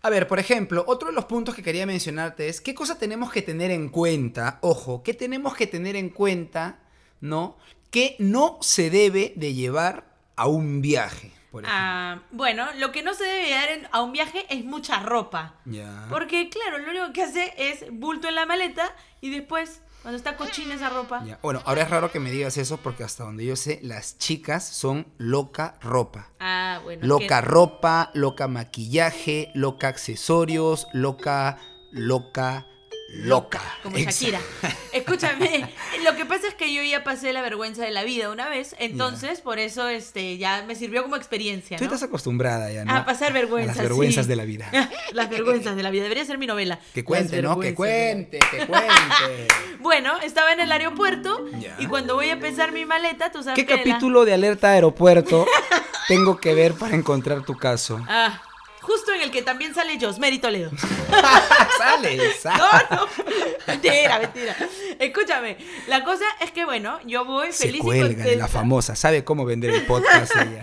[SPEAKER 2] A ver, por ejemplo, otro de los puntos que quería mencionarte es qué cosa tenemos que tener en cuenta, ojo, qué tenemos que tener en cuenta, ¿no? Que no se debe de llevar a un viaje, por ejemplo.
[SPEAKER 1] Ah, bueno, lo que no se debe dar en- a un viaje es mucha ropa.
[SPEAKER 2] ya.
[SPEAKER 1] Porque, claro, lo único que hace es bulto en la maleta y después, cuando está cochina esa ropa.
[SPEAKER 2] ya. Bueno, ahora es raro que me digas eso porque hasta donde yo sé, las chicas son loca ropa.
[SPEAKER 1] Ah, bueno. es
[SPEAKER 2] Loca
[SPEAKER 1] que-
[SPEAKER 2] ropa, loca maquillaje, loca accesorios, loca, loca, loca.
[SPEAKER 1] Como
[SPEAKER 2] Exa-
[SPEAKER 1] Shakira. Escúchame, lo que pasa es que yo ya pasé la vergüenza de la vida una vez, entonces por eso este ya me sirvió como experiencia,
[SPEAKER 2] Tú
[SPEAKER 1] ¿no?
[SPEAKER 2] estás acostumbrada ya, ¿no?
[SPEAKER 1] A pasar vergüenza.
[SPEAKER 2] las vergüenzas
[SPEAKER 1] sí.
[SPEAKER 2] de la vida.
[SPEAKER 1] Las vergüenzas de la vida. Debería ser mi novela.
[SPEAKER 2] Que
[SPEAKER 1] Las
[SPEAKER 2] cuente, ¿no? Que
[SPEAKER 1] vergüenzas de la vida.
[SPEAKER 2] cuente, que cuente.
[SPEAKER 1] Bueno, estaba en el aeropuerto
[SPEAKER 2] Ya.
[SPEAKER 1] y cuando voy a pesar mi maleta, tú sabes
[SPEAKER 2] ¿Qué
[SPEAKER 1] que la-
[SPEAKER 2] capítulo de Alerta Aeropuerto tengo que ver para encontrar tu caso?
[SPEAKER 1] Ah, justo en el que también sale Josmery Toledo.
[SPEAKER 2] sale, sale.
[SPEAKER 1] No, no. Mentira, mentira. Escúchame, la cosa es que, bueno, yo voy
[SPEAKER 2] Se
[SPEAKER 1] feliz y
[SPEAKER 2] cuelga de la
[SPEAKER 1] contenta.
[SPEAKER 2] famosa, sabe cómo vender el podcast ella.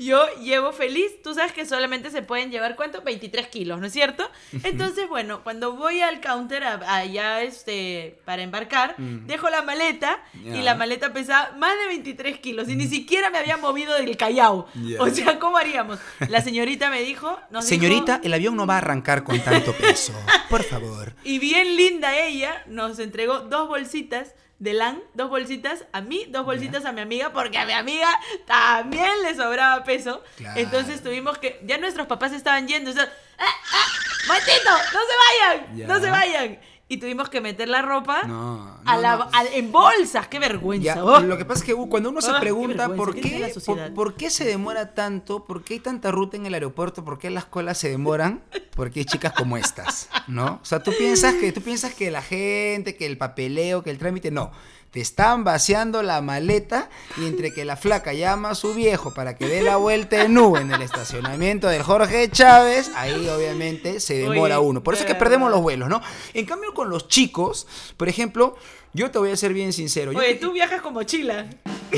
[SPEAKER 1] Yo llevo feliz. Tú sabes que solamente se pueden llevar, ¿cuánto? 23 kilos, ¿no es cierto? Entonces, bueno, cuando voy al counter a- allá este, para embarcar, dejo la maleta
[SPEAKER 2] Ya.
[SPEAKER 1] y la maleta pesaba más de 23 kilos y ni siquiera me había movido del Callao.
[SPEAKER 2] Ya.
[SPEAKER 1] O sea, ¿cómo haríamos? La señorita me dijo... nos dijo-
[SPEAKER 2] Señorita, el avión no va a arrancar con tanto peso. Por favor.
[SPEAKER 1] Y bien linda ella, nos entregó dos bolsitas de LAN, dos bolsitas a mí, dos bolsitas a mi amiga, porque a mi amiga también le sobraba peso.
[SPEAKER 2] Claro.
[SPEAKER 1] Entonces tuvimos que, ya nuestros papás estaban yendo, o sea, ¡Ah, ah! ¡Matito! ¡No se vayan!
[SPEAKER 2] Ya.
[SPEAKER 1] ¡No se vayan! Y tuvimos que meter la ropa
[SPEAKER 2] No,
[SPEAKER 1] a
[SPEAKER 2] no,
[SPEAKER 1] la-
[SPEAKER 2] no.
[SPEAKER 1] al- en bolsas, qué vergüenza.
[SPEAKER 2] Ya,
[SPEAKER 1] oh.
[SPEAKER 2] Lo que pasa es que uh, cuando uno se
[SPEAKER 1] Ah, qué
[SPEAKER 2] pregunta
[SPEAKER 1] vergüenza,
[SPEAKER 2] por
[SPEAKER 1] ¿qué tiene
[SPEAKER 2] qué,
[SPEAKER 1] la sociedad?
[SPEAKER 2] por, por qué se demora tanto, por qué hay tanta ruta en el aeropuerto, por qué las colas se demoran, porque hay chicas como estas, ¿no? O sea, tú piensas que tú piensas que la gente, que el papeleo, que el trámite, no. Te están vaciando la maleta y entre que la flaca llama a su viejo para que dé la vuelta en U en el estacionamiento del Jorge Chávez, ahí obviamente se demora
[SPEAKER 1] Oye,
[SPEAKER 2] uno. Por eso es
[SPEAKER 1] de
[SPEAKER 2] que perdemos
[SPEAKER 1] verdad.
[SPEAKER 2] los vuelos, ¿no? En cambio con los chicos, por ejemplo, yo te voy a ser bien sincero. yo-
[SPEAKER 1] Oye, tú viajas con mochila.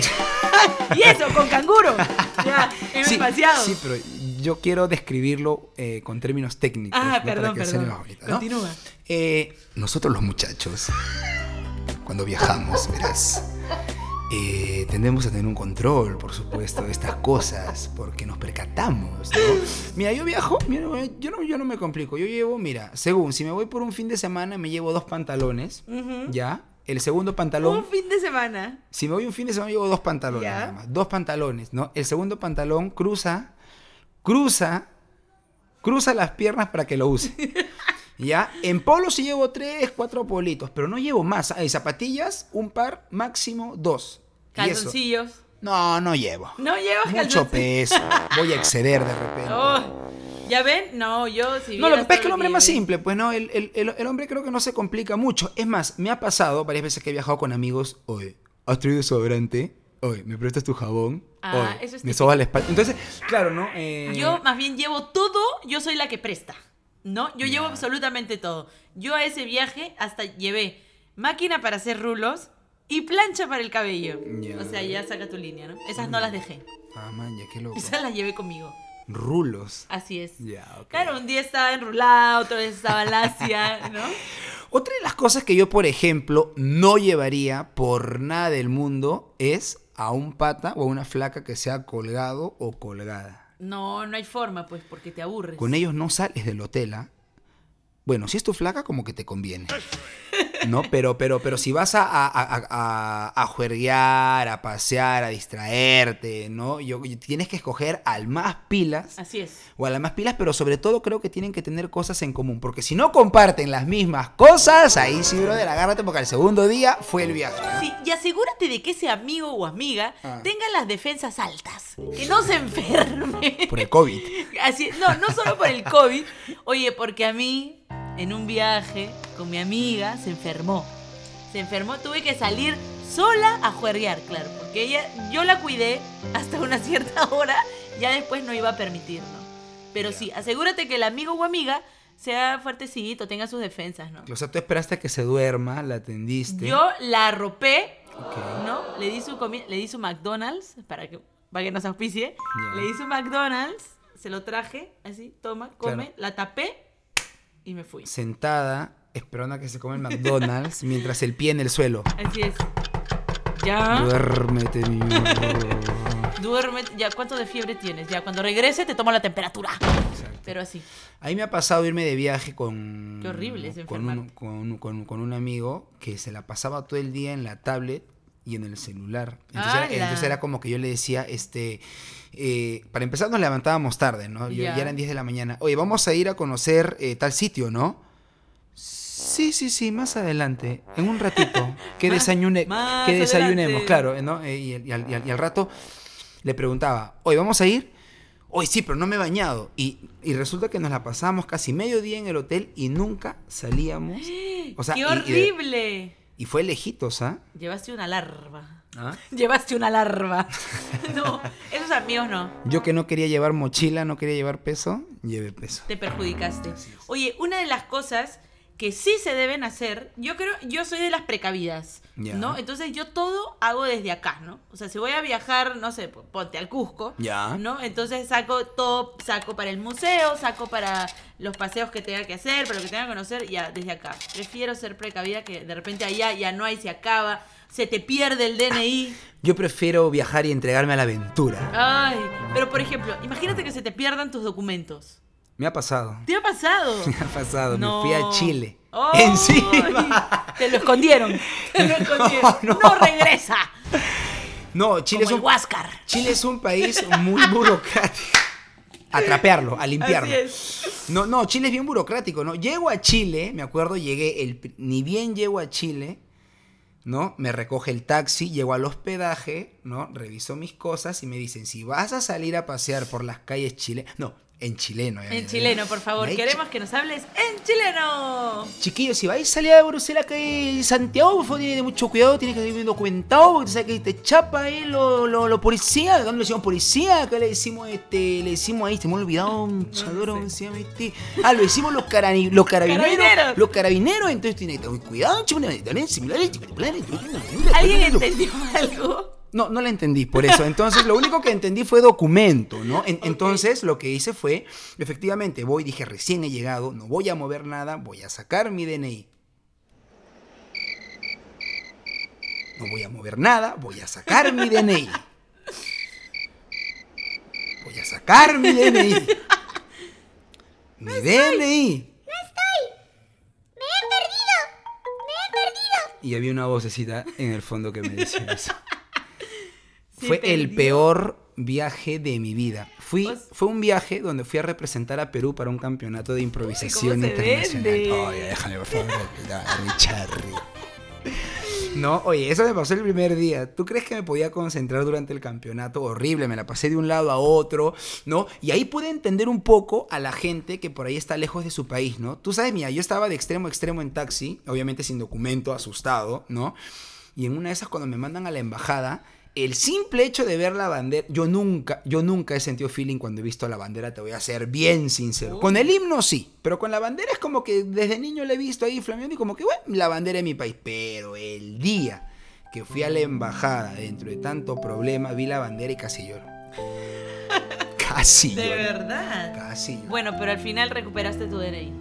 [SPEAKER 1] y eso, con canguro. Ya, en
[SPEAKER 2] Sí,
[SPEAKER 1] espaciado.
[SPEAKER 2] sí, pero yo quiero describirlo eh, con términos técnicos.
[SPEAKER 1] ah,
[SPEAKER 2] ¿no?
[SPEAKER 1] perdón,
[SPEAKER 2] para que sea
[SPEAKER 1] perdón.
[SPEAKER 2] más bonito, ¿no?
[SPEAKER 1] Continúa.
[SPEAKER 2] Eh, nosotros los muchachos, cuando viajamos, verás, eh, tendemos a tener un control, por supuesto, de estas cosas, porque nos percatamos, ¿no? Mira, yo viajo, mira, yo, no, yo no me complico, yo llevo, mira, según, si me voy por un fin de semana, me llevo dos pantalones,
[SPEAKER 1] Ujú.
[SPEAKER 2] ¿ya? El segundo pantalón...
[SPEAKER 1] Un fin de semana.
[SPEAKER 2] Si me voy un fin de semana, llevo dos pantalones.
[SPEAKER 1] Ya.
[SPEAKER 2] nada más, Dos pantalones, ¿no? El segundo pantalón cruza, cruza, cruza las piernas para que lo use. ¿Ya? En polo sí llevo tres, cuatro politos, pero no llevo más. Hay zapatillas, un par, máximo dos. Y eso-
[SPEAKER 1] Calzoncillos.
[SPEAKER 2] No, no llevo.
[SPEAKER 1] No llevas
[SPEAKER 2] Mucho
[SPEAKER 1] calzoncillos.
[SPEAKER 2] peso. Voy a exceder de repente.
[SPEAKER 1] Oh, ya ven, no, yo si
[SPEAKER 2] No, lo
[SPEAKER 1] vieras
[SPEAKER 2] que pasa es que el
[SPEAKER 1] todo
[SPEAKER 2] hombre es más
[SPEAKER 1] llevé.
[SPEAKER 2] simple, pues no, el, el- el- el hombre creo que no se complica mucho. Es más, me ha pasado varias veces que he viajado con amigos, oye, ¿has traído desodorante? Oye, ¿me prestas tu jabón?
[SPEAKER 1] Ah,
[SPEAKER 2] Oye,
[SPEAKER 1] eso es
[SPEAKER 2] me soba la espalda. Entonces, claro, ¿no? Eh,
[SPEAKER 1] Yo más bien llevo todo, yo soy la que presta. ¿No? Yo llevo absolutamente todo. Yo a ese viaje hasta llevé máquina para hacer rulos y plancha para el cabello.
[SPEAKER 2] Ya.
[SPEAKER 1] O sea, ya saca tu línea, ¿no? Esas no las dejé.
[SPEAKER 2] Ah, man, ya, qué loco.
[SPEAKER 1] Esas las llevé conmigo.
[SPEAKER 2] Rulos.
[SPEAKER 1] Así es.
[SPEAKER 2] Ya, ok.
[SPEAKER 1] Claro, un día estaba enrulado, otro día estaba lacia, ¿no?
[SPEAKER 2] Otra de las cosas que yo, por ejemplo, no llevaría por nada del mundo es a un pata o a una flaca que sea colgado o colgada.
[SPEAKER 1] No, no hay forma, pues, porque te aburres.
[SPEAKER 2] Con ellos no sales del hotel, ¿ah? Bueno, si es tu flaca, como que te conviene. No, pero, pero, pero si vas a, a, a, a, a juerguear, a pasear, a distraerte, ¿no? Yo, yo- tienes que escoger al más pilas
[SPEAKER 1] Así es.
[SPEAKER 2] o a la más pilas, pero sobre todo creo que tienen que tener cosas en común. Porque si no comparten las mismas cosas, ahí sí, brother, agárrate porque al segundo día fue el viaje.
[SPEAKER 1] Sí, y asegúrate de que ese amigo o amiga
[SPEAKER 2] Ah.
[SPEAKER 1] tenga las defensas altas, que no se enferme.
[SPEAKER 2] Por el COVID.
[SPEAKER 1] Así, no, no solo por el COVID. Oye, porque a mí, en un viaje con mi amiga, se enfermó. Se enfermó, tuve que salir sola a juerguear, claro. Porque ella, yo la cuidé hasta una cierta hora, ya después no iba a permitirlo. Pero sí, asegúrate que el amigo o amiga sea fuertecito, tenga sus defensas, ¿no?
[SPEAKER 2] O sea, tú esperaste a que se duerma, la atendiste.
[SPEAKER 1] Yo la arropé,
[SPEAKER 2] Ok.
[SPEAKER 1] ¿no? Le di su comi- le di su McDonald's para que para que nos auspicie.
[SPEAKER 2] Ya.
[SPEAKER 1] Le di su McDonald's, se lo traje, así, toma, come,
[SPEAKER 2] Claro.
[SPEAKER 1] la tapé y me fui.
[SPEAKER 2] Sentada, esperando a que se coma el McDonald's, mientras el pie en el suelo.
[SPEAKER 1] Así es. Ya,
[SPEAKER 2] Duérmete, mi amor.
[SPEAKER 1] duerme, ya cuánto de fiebre tienes? Ya cuando regrese te tomo la temperatura.
[SPEAKER 2] Exacto.
[SPEAKER 1] Pero así.
[SPEAKER 2] A mí me ha pasado irme de viaje con.
[SPEAKER 1] Qué horrible es
[SPEAKER 2] con un,
[SPEAKER 1] enfermarte.
[SPEAKER 2] con- con- con un amigo que se la pasaba todo el día en la tablet y en el celular. Entonces, era,
[SPEAKER 1] ¡Hala!
[SPEAKER 2] entonces era como que yo le decía, este. eh, para empezar, nos levantábamos tarde, ¿no? Yo-
[SPEAKER 1] Ya.
[SPEAKER 2] ya eran 10 de la mañana. Oye, vamos a ir a conocer eh, tal sitio, ¿no? Sí, sí, sí, más adelante, en un ratito, que,
[SPEAKER 1] Más-
[SPEAKER 2] desayune,
[SPEAKER 1] más
[SPEAKER 2] que desayunemos,
[SPEAKER 1] adelante.
[SPEAKER 2] claro, ¿no? Eh, Y, al- y al- y al- y al rato le preguntaba, hoy vamos a ir, hoy sí, pero no me he bañado. Y, y resulta que nos la pasamos casi medio día en el hotel y nunca salíamos. O sea,
[SPEAKER 1] ¡Qué
[SPEAKER 2] y- eh, y de-
[SPEAKER 1] horrible!
[SPEAKER 2] Y fue lejitos, ¿ah?
[SPEAKER 1] Llevaste una larva.
[SPEAKER 2] ¿Ah?
[SPEAKER 1] Llevaste una larva. No, esos amigos no.
[SPEAKER 2] Yo que no quería llevar mochila, no quería llevar peso, llevé peso.
[SPEAKER 1] te perjudicaste. Oye, una de las cosas que sí se deben hacer, yo creo, yo soy de las precavidas,
[SPEAKER 2] Ya.
[SPEAKER 1] ¿no? Entonces yo todo hago desde acá, ¿no? O sea, si voy a viajar, no sé, po- ponte al Cusco,
[SPEAKER 2] Ya.
[SPEAKER 1] ¿no? Entonces saco todo, saco para el museo, saco para los paseos que tenga que hacer, para lo que tenga que conocer, ya, desde acá. Prefiero ser precavida que de repente allá ya no hay, se acaba, se te pierde el DNI.
[SPEAKER 2] Yo prefiero viajar y entregarme a la aventura.
[SPEAKER 1] Ay, pero por ejemplo, imagínate que se te pierdan tus documentos.
[SPEAKER 2] Me ha pasado.
[SPEAKER 1] ¿Te ha pasado?
[SPEAKER 2] Me ha pasado, me fui a
[SPEAKER 1] No.
[SPEAKER 2] Chile.
[SPEAKER 1] ¡Ay!
[SPEAKER 2] Encima.
[SPEAKER 1] Te lo escondieron. Te lo escondieron. No,
[SPEAKER 2] no.
[SPEAKER 1] regresa.
[SPEAKER 2] No, Chile
[SPEAKER 1] Como
[SPEAKER 2] es
[SPEAKER 1] el
[SPEAKER 2] un
[SPEAKER 1] Huáscar.
[SPEAKER 2] Chile es un país muy burocrático. Atrapearlo, a limpiarlo.
[SPEAKER 1] Así es.
[SPEAKER 2] No, no, Chile es bien burocrático, ¿no? Llego a Chile, me acuerdo, llegué, el, pri- ni bien llego a Chile, ¿no? Me recoge el taxi, llego al hospedaje, ¿no? Reviso mis cosas y me dicen, si vas a salir a pasear por las calles Chile, no, en chileno. ya, ya,
[SPEAKER 1] En
[SPEAKER 2] ya.
[SPEAKER 1] chileno, por favor.
[SPEAKER 2] Ahí,
[SPEAKER 1] Queremos que nos hables en chileno.
[SPEAKER 2] Chiquillos, si vais a salir a Bruselas, que Santiago, por favor, tiene mucho cuidado, tienes que ir bien documentado, porque tú sabes que te chapa ahí lo, lo, lo policía, acá no le decimos policía, acá le decimos, este, le decimos ahí, se me ha olvidado un chador, ¿cómo se llama este? Ah, lo decimos los, carani- los carabineros,
[SPEAKER 1] Carabineros.
[SPEAKER 2] los carabineros, entonces tienes que tener cuidado, chupón, también similares, particulares,
[SPEAKER 1] ¿Alguien entendió algo?
[SPEAKER 2] no, no la entendí, por eso. Entonces, lo único que entendí fue documento, ¿no? En-
[SPEAKER 1] Ok.
[SPEAKER 2] Entonces, lo que hice fue, efectivamente, voy, dije, recién he llegado, no voy a mover nada, voy a sacar mi DNI. No voy a mover nada, voy a sacar mi DNI. Voy a sacar mi DNI. Mi DNI. Y había una vocecita en el fondo que me decía eso.
[SPEAKER 1] Se
[SPEAKER 2] fue el
[SPEAKER 1] perdió.
[SPEAKER 2] peor viaje de mi vida. Fui,
[SPEAKER 1] O sea-
[SPEAKER 2] fue un viaje donde fui a representar a Perú para un campeonato de improvisación
[SPEAKER 1] se
[SPEAKER 2] internacional.
[SPEAKER 1] vende.
[SPEAKER 2] Oye, déjame por favor. dale, Charry. No, oye, eso me pasó el primer día. ¿Tú crees que me podía concentrar durante el campeonato? Horrible, me la pasé de un lado a otro, ¿no? Y ahí pude entender un poco a la gente que por ahí está lejos de su país, ¿no? Tú sabes, mira, yo estaba de extremo a extremo en taxi, obviamente sin documento, asustado, ¿no? Y en una de esas, cuando me mandan a la embajada, el simple hecho de ver la bandera, yo nunca, yo nunca he sentido feeling cuando he visto la bandera, te voy a ser bien sincero.
[SPEAKER 1] Uy.
[SPEAKER 2] Con el himno sí, pero con la bandera es como que desde niño la he visto ahí flameando y como que, bueno, la bandera es mi país. Pero el día que fui a la embajada, dentro de tanto problema, vi la bandera y casi lloro. Casi
[SPEAKER 1] De
[SPEAKER 2] lloro.
[SPEAKER 1] verdad.
[SPEAKER 2] Casi lloro.
[SPEAKER 1] Bueno, pero al final recuperaste tu DNI.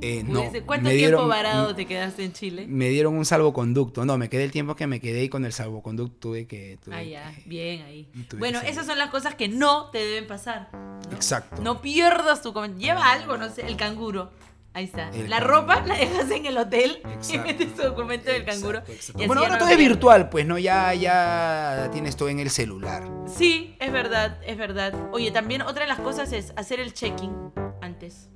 [SPEAKER 2] Eh, no,
[SPEAKER 1] Dice, ¿Cuánto
[SPEAKER 2] me
[SPEAKER 1] tiempo
[SPEAKER 2] dieron-
[SPEAKER 1] varado te quedaste en Chile?
[SPEAKER 2] Me dieron un salvoconducto. No, me quedé el tiempo que me quedé y con el salvoconducto tuve que... tuve
[SPEAKER 1] Ah, ya,
[SPEAKER 2] que-
[SPEAKER 1] bien ahí.
[SPEAKER 2] tuve que
[SPEAKER 1] Bueno,
[SPEAKER 2] salir.
[SPEAKER 1] esas son las cosas que no te deben pasar. ¿no?
[SPEAKER 2] Exacto.
[SPEAKER 1] No pierdas tu comentario. Lleva algo, no sé, el canguro. Ahí está.
[SPEAKER 2] El
[SPEAKER 1] la
[SPEAKER 2] canguro.
[SPEAKER 1] ropa la dejas en el hotel y
[SPEAKER 2] Exacto.
[SPEAKER 1] metes tu documento del canguro.
[SPEAKER 2] Exacto, exacto.
[SPEAKER 1] Y así
[SPEAKER 2] Bueno,
[SPEAKER 1] ya
[SPEAKER 2] ahora
[SPEAKER 1] no
[SPEAKER 2] todo es
[SPEAKER 1] pierdes.
[SPEAKER 2] virtual, pues, ¿no? Ya, ya tienes todo en el celular.
[SPEAKER 1] Sí, es verdad, es verdad. Oye, también otra de las cosas es hacer el check-in antes.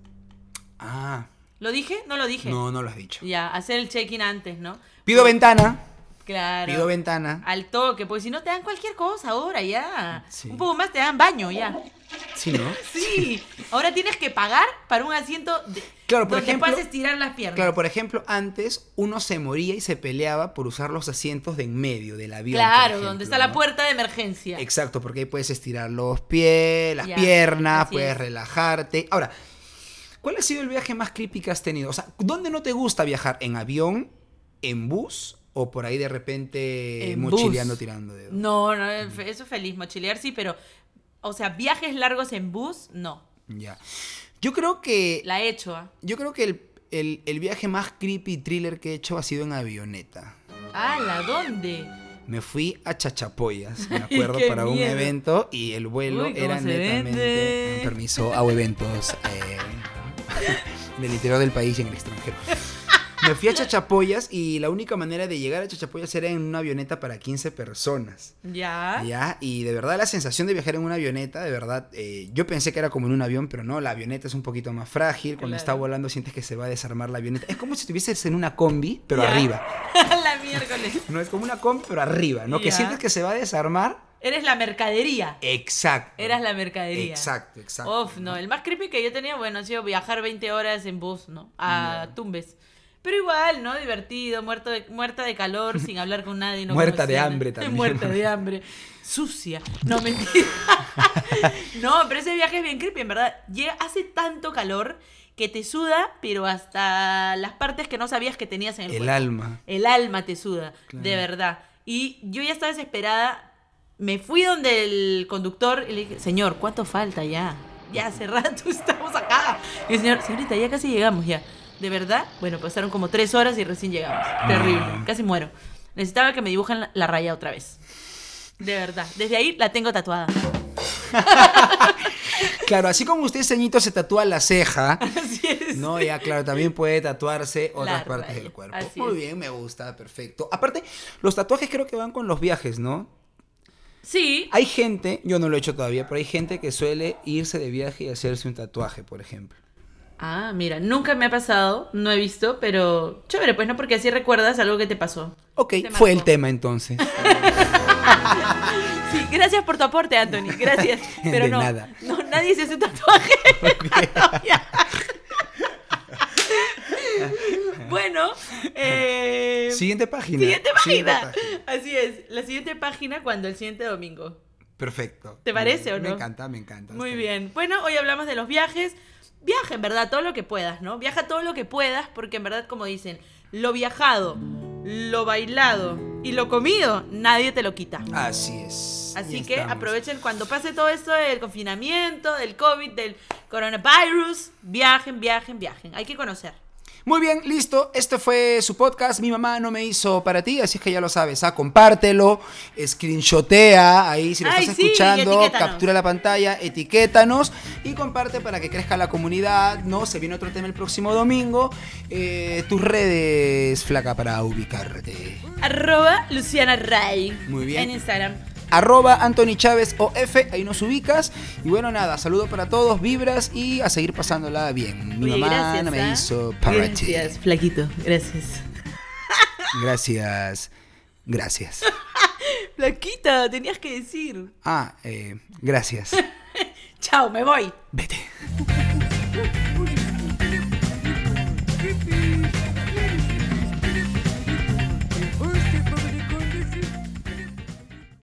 [SPEAKER 2] Ah,
[SPEAKER 1] ¿Lo dije? No lo dije.
[SPEAKER 2] no, no lo has dicho.
[SPEAKER 1] Ya, hacer el check-in antes, ¿no?
[SPEAKER 2] Pido ventana.
[SPEAKER 1] Claro.
[SPEAKER 2] Pido ventana.
[SPEAKER 1] al toque, pues si no te dan cualquier cosa ahora ya.
[SPEAKER 2] Sí.
[SPEAKER 1] Un poco más te dan baño ya.
[SPEAKER 2] Sí, ¿no?
[SPEAKER 1] Sí, ahora tienes que pagar para un asiento de-
[SPEAKER 2] Claro, por
[SPEAKER 1] donde
[SPEAKER 2] ejemplo-
[SPEAKER 1] puedas estirar las piernas.
[SPEAKER 2] Claro, por ejemplo, antes uno se moría y se peleaba por usar los asientos de en medio del avión. por
[SPEAKER 1] Claro,
[SPEAKER 2] ejemplo,
[SPEAKER 1] donde está la
[SPEAKER 2] ¿no?
[SPEAKER 1] puerta de emergencia.
[SPEAKER 2] Exacto, porque ahí puedes estirar los pies, las
[SPEAKER 1] Ya,
[SPEAKER 2] piernas,
[SPEAKER 1] así
[SPEAKER 2] puedes
[SPEAKER 1] es.
[SPEAKER 2] relajarte. Ahora, ¿cuál ha sido el viaje más creepy que has tenido? O sea, ¿dónde no te gusta viajar? ¿En avión? ¿En bus? ¿O por ahí de repente
[SPEAKER 1] En
[SPEAKER 2] mochileando,
[SPEAKER 1] bus.
[SPEAKER 2] tirando dedos?
[SPEAKER 1] No, no, eso es feliz, mochilear sí, pero, o sea, viajes largos en bus, no.
[SPEAKER 2] Ya. Yo creo que,
[SPEAKER 1] La he hecho, ¿ah?
[SPEAKER 2] yo creo que el, el- el viaje más creepy thriller que he hecho ha sido en avioneta.
[SPEAKER 1] ¡Hala! Ah, ¿Dónde?
[SPEAKER 2] Me fui a Chachapoyas, me acuerdo,
[SPEAKER 1] qué
[SPEAKER 2] para un
[SPEAKER 1] miedo.
[SPEAKER 2] evento y el vuelo
[SPEAKER 1] Uy, ¿cómo
[SPEAKER 2] era
[SPEAKER 1] se
[SPEAKER 2] netamente.
[SPEAKER 1] vende?
[SPEAKER 2] con Permiso, hago eventos eh, del interior del país y en el extranjero. Me fui a Chachapoyas y la única manera de llegar a Chachapoyas era en una avioneta para 15 personas.
[SPEAKER 1] Ya.
[SPEAKER 2] ¿Ya? Y de verdad la sensación de viajar en una avioneta, de verdad, eh, yo pensé que era como en un avión, pero no, la avioneta es un poquito más frágil, cuando está
[SPEAKER 1] Claro.
[SPEAKER 2] volando sientes que se va a desarmar la avioneta. Es como si estuvieses en una combi, pero
[SPEAKER 1] Ya.
[SPEAKER 2] arriba.
[SPEAKER 1] la miércoles.
[SPEAKER 2] No es como una combi, pero arriba, ¿no? Que
[SPEAKER 1] Ya.
[SPEAKER 2] sientes que se va a desarmar.
[SPEAKER 1] Eres la mercadería.
[SPEAKER 2] Exacto.
[SPEAKER 1] Eras la mercadería.
[SPEAKER 2] Eh, Exacto, exacto.
[SPEAKER 1] Uf, no. El más creepy que yo tenía, bueno, ha sido viajar 20 horas en bus, ¿no? A Tumbes. Pero igual, ¿no? Divertido, muerto de, muerta de calor, sin hablar con nadie. No
[SPEAKER 2] Muerta de
[SPEAKER 1] conocía a
[SPEAKER 2] hambre
[SPEAKER 1] nadie.
[SPEAKER 2] también.
[SPEAKER 1] muerta de hambre. Sucia. No, mentira. no, pero ese viaje es bien creepy, en verdad. Llega, hace tanto calor que te suda, pero hasta las partes que no sabías que tenías en el,
[SPEAKER 2] El
[SPEAKER 1] cuerpo.
[SPEAKER 2] alma.
[SPEAKER 1] El alma te suda,
[SPEAKER 2] Claro.
[SPEAKER 1] de verdad. Y yo ya estaba desesperada. Me fui donde el conductor y le dije, señor, ¿cuánto falta ya? Ya hace rato estamos acá. Y el señor, señorita, ya casi llegamos ya. ¿De verdad? Bueno, pasaron como tres horas y recién llegamos.
[SPEAKER 2] Ah.
[SPEAKER 1] Terrible,
[SPEAKER 2] No.
[SPEAKER 1] casi muero. Necesitaba que me dibujen la- la raya otra vez. De verdad. Desde ahí la tengo tatuada.
[SPEAKER 2] Claro, así como usted, ceñito, se tatúa la ceja.
[SPEAKER 1] Así es.
[SPEAKER 2] No, ya claro, también puede tatuarse otras
[SPEAKER 1] La
[SPEAKER 2] partes
[SPEAKER 1] raya,
[SPEAKER 2] del cuerpo.
[SPEAKER 1] así
[SPEAKER 2] Muy
[SPEAKER 1] es.
[SPEAKER 2] bien, me gusta, perfecto. Aparte, los tatuajes creo que van con los viajes, ¿no?
[SPEAKER 1] Sí,
[SPEAKER 2] Hay gente, yo no lo he hecho todavía, pero hay gente que suele irse de viaje y hacerse un tatuaje, por ejemplo.
[SPEAKER 1] Ah, mira, nunca me ha pasado, no he visto, pero chévere, pues no, porque así recuerdas algo que te pasó.
[SPEAKER 2] Ok,
[SPEAKER 1] Te
[SPEAKER 2] fue
[SPEAKER 1] marcó.
[SPEAKER 2] el tema entonces.
[SPEAKER 1] Sí, gracias por tu aporte, Anthony, gracias. Pero
[SPEAKER 2] De
[SPEAKER 1] no,
[SPEAKER 2] nada.
[SPEAKER 1] no, nadie se hace tatuaje. Todavía. bueno, eh,
[SPEAKER 2] Siguiente página.
[SPEAKER 1] siguiente
[SPEAKER 2] siguiente
[SPEAKER 1] página.
[SPEAKER 2] página.
[SPEAKER 1] Así es, la siguiente página cuando el siguiente domingo.
[SPEAKER 2] Perfecto.
[SPEAKER 1] ¿Te parece
[SPEAKER 2] Me-
[SPEAKER 1] o
[SPEAKER 2] Me
[SPEAKER 1] no?
[SPEAKER 2] encanta, me encanta.
[SPEAKER 1] Muy
[SPEAKER 2] Está
[SPEAKER 1] bien. Bueno, hoy hablamos de los viajes. Viaja, en verdad, todo lo que puedas, ¿no? Viaja todo lo que puedas, porque en verdad, como dicen, lo viajado, lo bailado y lo comido, nadie te lo quita.
[SPEAKER 2] Así es.
[SPEAKER 1] Así
[SPEAKER 2] Ya
[SPEAKER 1] que
[SPEAKER 2] estamos.
[SPEAKER 1] aprovechen cuando pase todo esto del confinamiento, del COVID, del coronavirus. Viajen, viajen, viajen. Hay que conocer.
[SPEAKER 2] Muy bien, listo. Este fue su podcast. Mi mamá no me hizo para ti, así es que ya lo sabes. Ah, compártelo, screenshotea ahí si lo
[SPEAKER 1] Ay,
[SPEAKER 2] estás
[SPEAKER 1] sí, y
[SPEAKER 2] escuchando,
[SPEAKER 1] etiquétanos.
[SPEAKER 2] captura la pantalla, etiquétanos y comparte para que crezca la comunidad. No, se viene otro tema el próximo domingo. Eh, tus redes, flaca, para ubicarte.
[SPEAKER 1] Arroba Luciana Ray.
[SPEAKER 2] Muy bien.
[SPEAKER 1] En Instagram.
[SPEAKER 2] Arroba Anthony Chávez OF, ahí nos ubicas. Y bueno, nada, saludo para todos, vibras y a seguir pasándola bien. Mi
[SPEAKER 1] Oye,
[SPEAKER 2] mamá
[SPEAKER 1] gracias,
[SPEAKER 2] no me
[SPEAKER 1] ¿ah?
[SPEAKER 2] hizo para ti.
[SPEAKER 1] Gracias, flaquito. Gracias.
[SPEAKER 2] Gracias. Gracias.
[SPEAKER 1] Flaquita, tenías que decir.
[SPEAKER 2] Ah, eh, gracias.
[SPEAKER 1] Chao, me voy.
[SPEAKER 2] Vete.